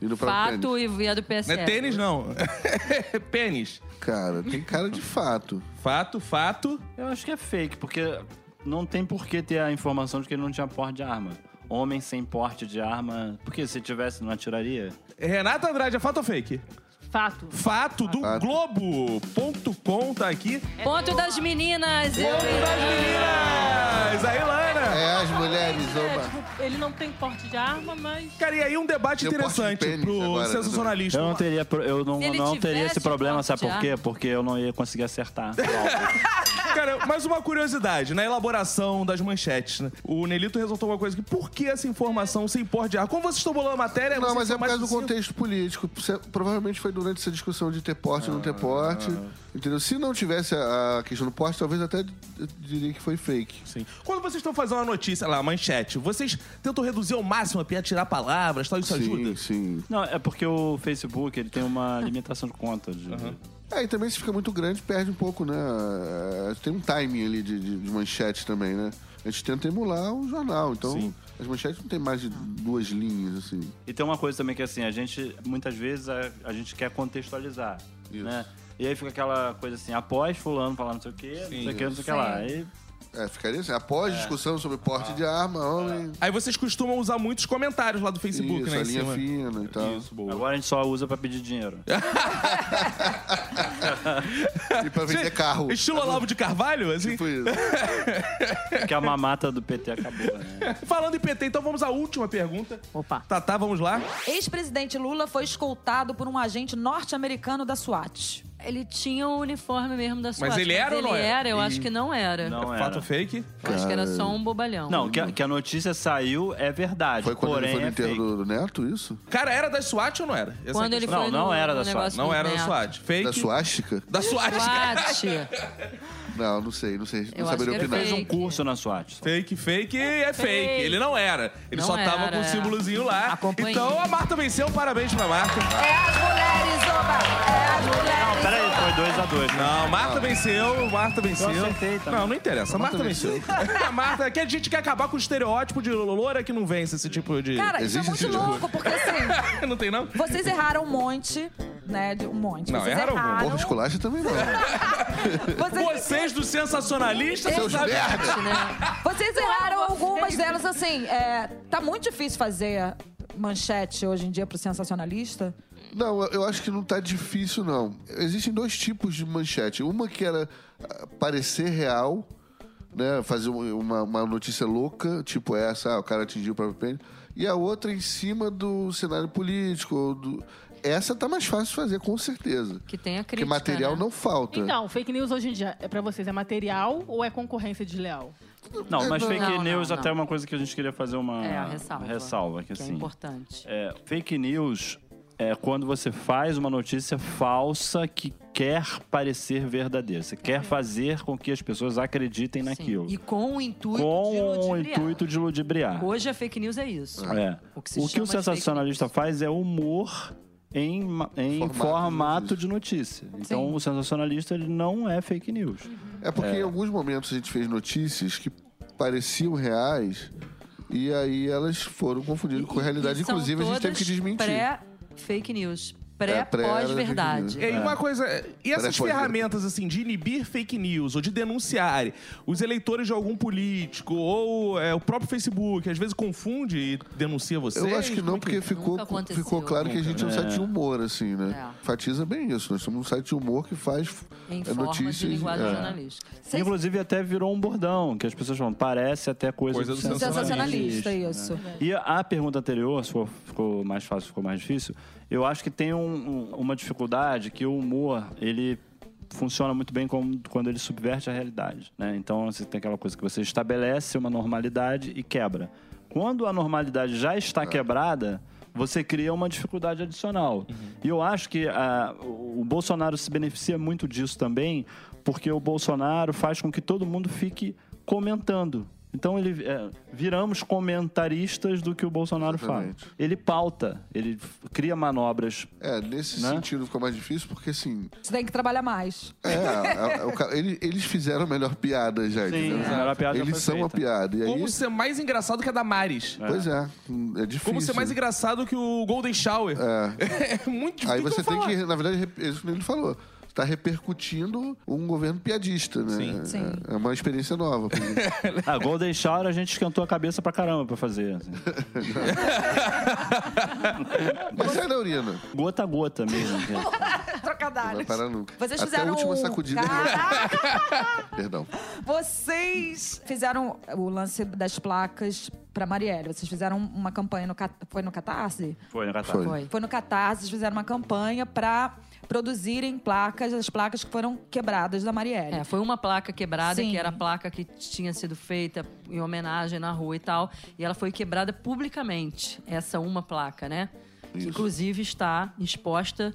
E no próprio Fato pênis? e via do PSL. Não é tênis, não. *laughs* É Pênis. Cara, tem cara de fato. Fato, fato. Eu acho que é fake, porque não tem por que ter a informação de que ele não tinha porte de arma. Homem sem porte de arma. Porque se tivesse, não atiraria? Renata Andrade, é fato ou fake? Fato. Fato do Fato. Globo.com tá aqui. É Ponto das meninas. eu- Meninas! Aí, Lana. É as mulheres, oba. É, tipo, ele não tem porte de arma, mas... Cara, e aí um debate Tem um porte de interessante pênis pro agora, né? sensacionalista. Eu não teria, pro- eu não, Se ele não teria tivesse esse problema, sabe porte por de quê? Porque eu não ia conseguir acertar. Cara, mais uma curiosidade, na elaboração das manchetes, né? O Nelito resultou uma coisa que por que essa informação sem pôr de ar? Como vocês estão bolando a matéria? vocês Não, mas é são por mais causa do sucintos. contexto político. Se- Provavelmente foi durante essa discussão de ter porte ou Ah. não ter porte. Entendeu? Se não tivesse a a questão do porte, talvez até eu diria que foi fake. Sim. Quando vocês estão fazendo uma notícia lá, manchete, vocês tentam reduzir ao máximo a piada, tirar palavras, tal, isso ajuda? Sim, sim. não, é porque o Facebook ele tem uma limitação de conta. De... É, e também se fica muito grande, perde um pouco, né? É, Tem um timing ali de, de- de manchete também, né? A gente tenta emular o jornal, então Sim. as manchetes não tem mais de duas linhas, assim. E tem uma coisa também que assim, a gente, muitas vezes, a, a gente quer contextualizar. Isso. né? E aí fica aquela coisa assim, após fulano falar não sei o quê, não sei o quê, não sei o que lá. Aí, É, ficaria assim. Após discussão sobre porte Ah. de arma, homem. Aí vocês costumam usar muitos comentários lá do Facebook, isso, né? a em linha cima. fina e tal. Isso, boa. agora a gente só usa pra *laughs* pedir dinheiro. E pra vender Gente, *laughs* é carro. Estilo Olavo de Carvalho, assim? Tipo isso. Porque a mamata do PT acabou, *laughs* né? Falando em PT, então vamos à última pergunta. Opa. Tatá, vamos lá. Ex-presidente Lula foi escoltado por um agente norte-americano da SWAT. Ele tinha o uniforme mesmo da SWAT. ele era ou não Ele era? era, eu acho que não era. Não era. Fato fake. Eu Acho que era só um bobalhão. Não, que a, que a notícia saiu é verdade. Foi quando porém, ele foi no é enterro fake. do, do Neto, isso? Cara, era da SWAT ou não era? Essa Quando é a ele questão. foi Não, não no- era da no SWAT. negócio Não do era da Neto. SWAT. Fake. Da suástica? Da SWAT. né? SWAT. Não, não sei, não sei. Não Eu acho que saberia ele opinar. Fez um Fake. curso na SWAT. Fake, fake é fake. Fake. Ele não era. Ele Não só tava era, com o é. símbolozinho lá. Acompanhei. Então a Marta venceu, parabéns pra Marta. É as mulheres, oba! É as mulheres! Peraí, foi 2x2. Dois né? Não, Marta venceu, Marta venceu. Eu acertei também. Não, não interessa. A Marta, venceu. *laughs* a Marta, que a gente quer acabar com o estereótipo de loura que não vence esse tipo de. Cara, isso é Existe muito esse tipo? louco, porque *laughs* assim, não tem não? vocês erraram um monte, né? de- Um monte. Não, vocês erraram um monte. Porra, esculacha *laughs* também não. Vocês, Vocês do sensacionalista, Seus sabe? merda. né? vocês erraram algumas delas, assim. É, tá muito difícil fazer manchete hoje em dia pro sensacionalista. Não, eu- eu acho que não tá difícil, não. Existem dois tipos de manchete. Uma que era ah, parecer real, né? Fazer um- uma, uma notícia louca, tipo essa, ah, o cara atingiu o próprio pênis. E a outra em cima do cenário político. ou do- Essa tá mais fácil de fazer, com certeza. Que tem a Porque crítica. material né? não falta. Então, fake news hoje em dia, é pra vocês, é material ou é concorrência desleal? Não, mas fake Não, não, news não. até é uma coisa que a gente queria fazer uma É, a ressalva. ressalva, que, Que é assim. importante. é, fake news é quando você faz uma notícia falsa que quer parecer verdadeira. Você quer fazer com que as pessoas acreditem Uhum. Sim. naquilo. E com o intuito de com o ludibriar. intuito de ludibriar. Hoje a fake news é isso. Ah, É. O O que se que, chama o de fake sensacionalista faz é humor em, ma- em Formato formato, de de notícia. Então, o sensacionalista ele não é fake news. É porque em alguns momentos a gente fez notícias que pareciam reais e aí elas foram confundidas com a realidade. E são Inclusive, a gente teve que todas desmentir. Pré-fake news. Pré-pós-verdade. É, É, pré- era fake E aí, É. uma coisa, e essas Telefone. ferramentas assim de inibir fake news ou de denunciar os eleitores de algum político ou é, o próprio Facebook, às vezes confunde e denuncia é você. Eu acho que não, porque ficou, aconteceu. ficou claro que a gente é um site de humor, assim, né? É. Fatiza bem isso. Nós somos um site de humor que faz Em é, forma notícias. de linguagem é. jornalística. Vocês- Inclusive, até virou um bordão, que as pessoas falam, parece até coisa, Coisa do do Sensacionalista, isso. né? E a pergunta anterior, se for- ficou mais fácil, ficou mais difícil, eu acho que tem um- um- uma dificuldade que o humor, ele funciona muito bem como- quando ele subverte a realidade, né? Então, você tem aquela coisa que você estabelece uma normalidade e quebra. Quando a normalidade já está quebrada, você cria uma dificuldade adicional. E eu acho que ah, o o Bolsonaro se beneficia muito disso também, porque o Bolsonaro faz com que todo mundo fique comentando. Então ele é, viramos comentaristas do que o Bolsonaro Exatamente. fala. Ele pauta, ele f- cria manobras. É, nesse Né? sentido fica mais difícil, porque assim. Você tem que trabalhar mais. É, é, é, o ca- ele- eles fizeram a melhor piada já. entendeu? a melhor piada já eles foi são a feita. piada. E aí, Como ser mais engraçado que a Damares. Pois é, é difícil. Como ser mais engraçado que o Golden Shower. *laughs* É, muito difícil. Aí você tem falar. que, na verdade, rep- é isso que ele falou. Está repercutindo um governo piadista, né? Sim. É- Sim. É uma experiência nova. pra mim. *laughs* A Ah, Golden Shower a gente esquentou a cabeça pra caramba pra fazer. assim. Mas é da urina. Gota a gota *laughs* mesmo. Não vai Trocadalhos. parar nunca. Vocês Até fizeram a última um- sacudida. Caraca! *laughs* Perdão. Vocês fizeram o lance das placas pra Marielle. Vocês fizeram uma campanha no Cat- foi no Catarse? Foi, né, Catar? Foi. Foi. Foi no Catarse, vocês fizeram uma campanha pra produzirem placas, as placas que foram quebradas da Marielle. É, foi uma placa quebrada, Sim. que era a placa que tinha sido feita em homenagem na rua e tal. E ela foi quebrada publicamente, essa uma placa, né? Que inclusive está exposta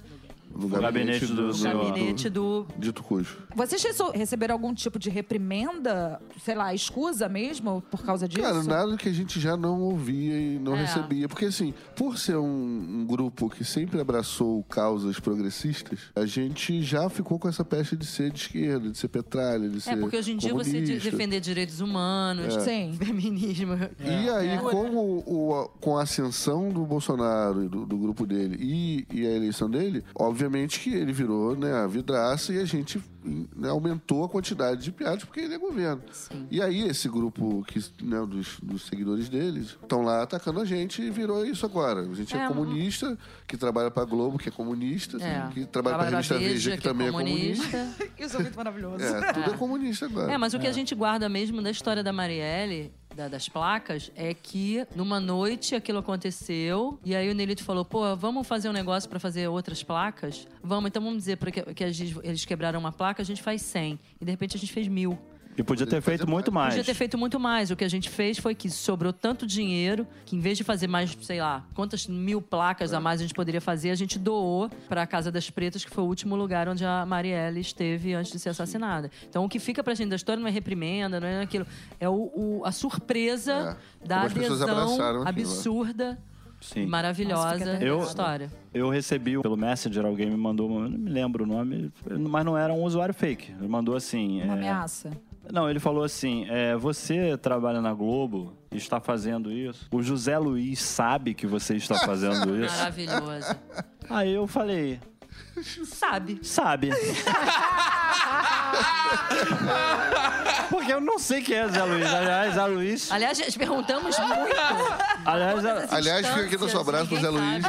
No gabinete do no Senhor. gabinete do. Dito cujo. Vocês reso- receberam algum tipo de reprimenda, sei lá, escusa mesmo por causa disso? Cara, é. nada que a gente já não ouvia e não É. recebia. Porque, assim, por ser um, um grupo que sempre abraçou causas progressistas, a gente já ficou com essa peste de ser de esquerda, de ser petralha, de ser. É, porque hoje em dia você de- comunista. É. defender direitos humanos, Sim. feminismo. E É. aí, com, o- o- a- com a ascensão do Bolsonaro e do, do grupo dele e, e a eleição dele, obviamente que ele virou né, a vidraça e a gente né, aumentou a quantidade de piadas porque ele é governo. E aí esse grupo que, né, dos, dos seguidores deles estão lá atacando a gente e virou isso agora. A gente é, É, um- comunista, que trabalha pra Globo, que é comunista, que trabalha pra na revista Veja, que, também é comunista. Isso é muito maravilhoso. É, tudo é comunista agora. É, mas o que a gente guarda mesmo da história da Marielle, da- das placas, é que numa noite aquilo aconteceu e aí o Nelito falou: pô, vamos fazer um negócio pra fazer outras placas? Vamos, então vamos dizer pra que, que a gente- eles quebraram uma placa, a gente faz 100. E de repente a gente fez mil. E podia ter feito muito mais. Podia ter feito muito mais. O que a gente fez foi que sobrou tanto dinheiro que, em vez de fazer mais, sei lá, quantas mil placas a mais a gente poderia fazer, a gente doou para a Casa das Pretas, que foi o último lugar onde a Marielle esteve antes de ser assassinada. Então, o que fica pra gente da história não é reprimenda, não é aquilo. É o, o- a surpresa É. da Como as pessoas abraçaram né? adesão aquilo, absurda Sim. e maravilhosa Nossa, dessa fica Eu- história. Eu recebi pelo Messenger, alguém me mandou, eu não me lembro o nome, mas não era um usuário fake. Ele mandou assim. Uma é, ameaça. Não, ele falou assim: é, você trabalha na Globo e está fazendo isso. O José Luiz sabe que você está *laughs* fazendo isso. Maravilhosa. Aí eu falei, Sabe. *laughs* sabe. Porque eu não sei quem é Zé Luiz. Aliás, Zé Luiz. Aliás, gente, *laughs* perguntamos muito. Aliás, Zé- Aliás, fica aqui nosso abraço pro Zé Luiz.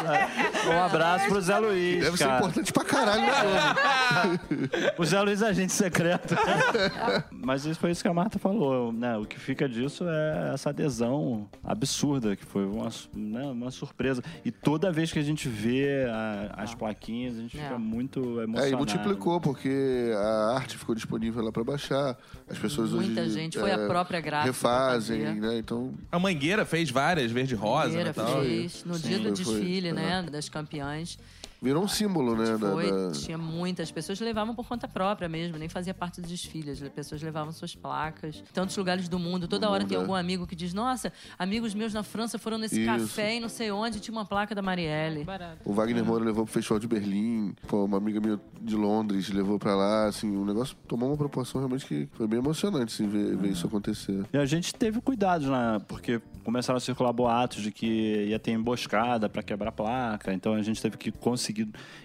um abraço pro Zé Luiz. Deve ser cara. importante pra caralho né? na Globo. O Zé Luiz é agente secreto. *laughs* Mas isso foi isso que a Marta falou, né? O que fica disso é essa adesão absurda, que foi uma, su- né, uma surpresa. E toda vez que a gente vê a- as plaquinhas, a gente É. fica muito emocionado. É, e multiplicou, porque a arte ficou disponível lá pra baixar. As pessoas Muita hoje... é, gente, foi a própria gráfica pra Refazem, fazer. né? Então, A Mangueira fez várias, verde-rosa Primeira e tal. fez, no dia Sim, do foi, foi. desfile, né? Das campeãs. virou um símbolo, né? da- Foi, da- tinha muitas. pessoas levavam por conta própria mesmo, nem fazia parte do desfile. As pessoas levavam suas placas. Tantos lugares do mundo. Toda hora tem mundo, é. algum amigo que diz: Nossa, amigos meus na França foram nesse Isso. café e não sei onde, tinha uma placa da Marielle. Barato. O É. Wagner Moura levou pro Festival de Berlim. Pô, uma amiga minha de Londres levou pra lá. Assim, o negócio tomou uma proporção realmente que foi bem emocionante, assim, ver, ver isso acontecer. E a gente teve cuidado, né? Porque começaram a circular boatos de que ia ter emboscada pra quebrar placa. Então a gente teve que conseguir,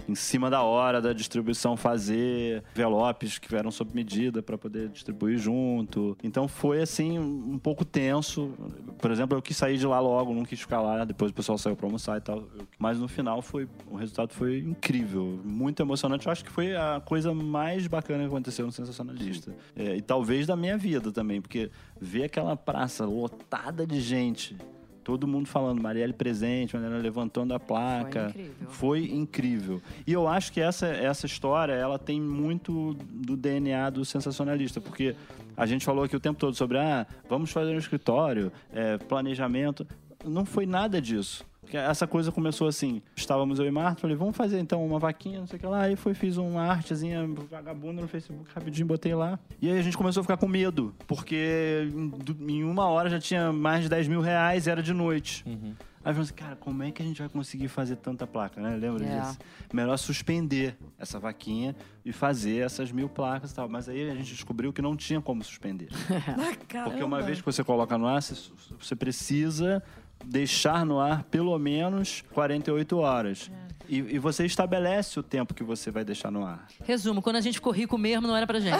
em cima da hora da distribuição, fazer envelopes que vieram sob medida pra poder distribuir junto. Então foi, assim, um pouco tenso. Por exemplo, eu quis sair de lá logo, não quis ficar lá. Depois o pessoal saiu pra almoçar e tal. Eu- Mas no final foi o resultado foi incrível. Muito emocionante. Eu acho que foi a coisa mais bacana que aconteceu no Sensacionalista. É, e talvez da minha vida também, porque ver aquela praça lotada de gente, todo mundo falando Marielle presente, Marielle levantando a placa. Foi incrível. Foi incrível. E eu acho que essa, essa história, ela tem muito do DNA do sensacionalista, porque a gente falou aqui o tempo todo sobre, ah, vamos fazer um escritório, é, planejamento. Não foi nada disso. Porque Essa coisa começou assim, estávamos eu e Marta, falei, vamos fazer então uma vaquinha, não sei o que lá. Aí fui, fiz uma artezinha vagabunda no Facebook, rapidinho botei lá. E aí a gente começou a ficar com medo, porque em du- em uma hora já tinha mais de 10 mil reais e era de noite. Aí falamos assim, cara, como é que a gente vai conseguir fazer tanta placa, né? Lembra É. disso? Melhor suspender essa vaquinha e fazer essas mil placas e tal. Mas aí a gente descobriu que não tinha como suspender. Porque uma vez que você coloca no ar, você, você precisa deixar no ar pelo menos 48 horas. E, e você estabelece o tempo que você vai deixar no ar. Resumo: quando a gente ficou rico mesmo, não era pra *laughs* gente.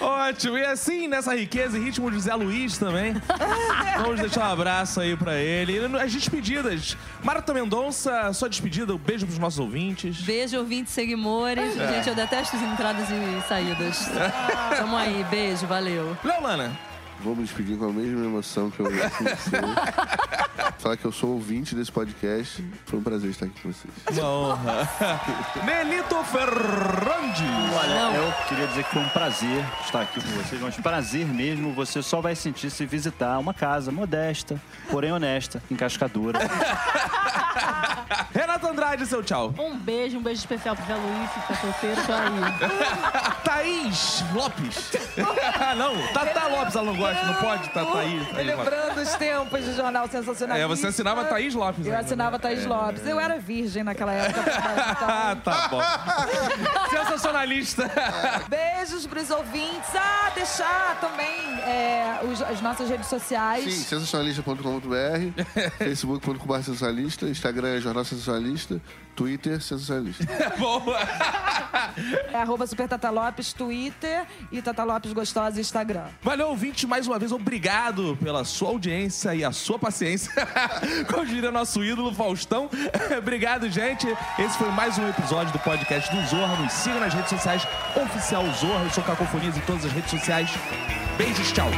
Ótimo. E assim, nessa riqueza e ritmo de Zé Luiz *laughs* também, vamos deixar um abraço aí pra ele. E As despedidas. Marta Mendonça, sua despedida, um beijo pros nossos ouvintes. Beijo, ouvintes, seguimores. É. Gente, eu detesto as entradas e *laughs* saídas. Tamo aí, beijo, valeu. Leolana, Vou me despedir com a mesma emoção que eu *laughs* comecei. Falar que eu sou ouvinte desse podcast. Foi um prazer estar aqui com vocês. uma *laughs* honra. Nelito Fernandes. Olha, eu queria dizer que foi um prazer estar aqui com vocês, mas prazer mesmo você só vai sentir se visitar uma casa modesta, porém honesta, em Cascadura. Renata Andrade, seu tchau. Um beijo, um beijo especial pro Zé Luiz, que tá solteiro, tô aí. Thaís Lopes. *laughs* Ah, não, Tata é Lopes, ela não gosta, não pode, tá Thaís. Thaís Lopes. Lembrando os tempos de jornal sensacionalista. É, você assinava Thaís Lopes. Eu ainda, assinava né? Thaís Lopes. Eu era virgem naquela época. Ah, *laughs* então, tá *laughs* bom. Sensacionalista. *laughs* Beijos pros ouvintes. Ah, deixar também é, os- as nossas redes sociais. Sim, sensacionalista.com.br, facebook.com.br sensacionalista, Instagram é jornal sensacionalista, sensacionalista, Twitter sensacionalista. Boa. É arroba Super Tata Lopes, Twitter e Tata Lopes Gostosa Instagram. Valeu, ouvinte, mais uma vez, obrigado pela sua audiência e a sua paciência. *laughs* Como diria nosso ídolo Faustão. *laughs* obrigado, gente. Esse foi mais um episódio do podcast do Zorra. Nos siga nas redes sociais, oficial Zorra. Eu sou Cacofonias em todas as redes sociais. Beijos, tchau.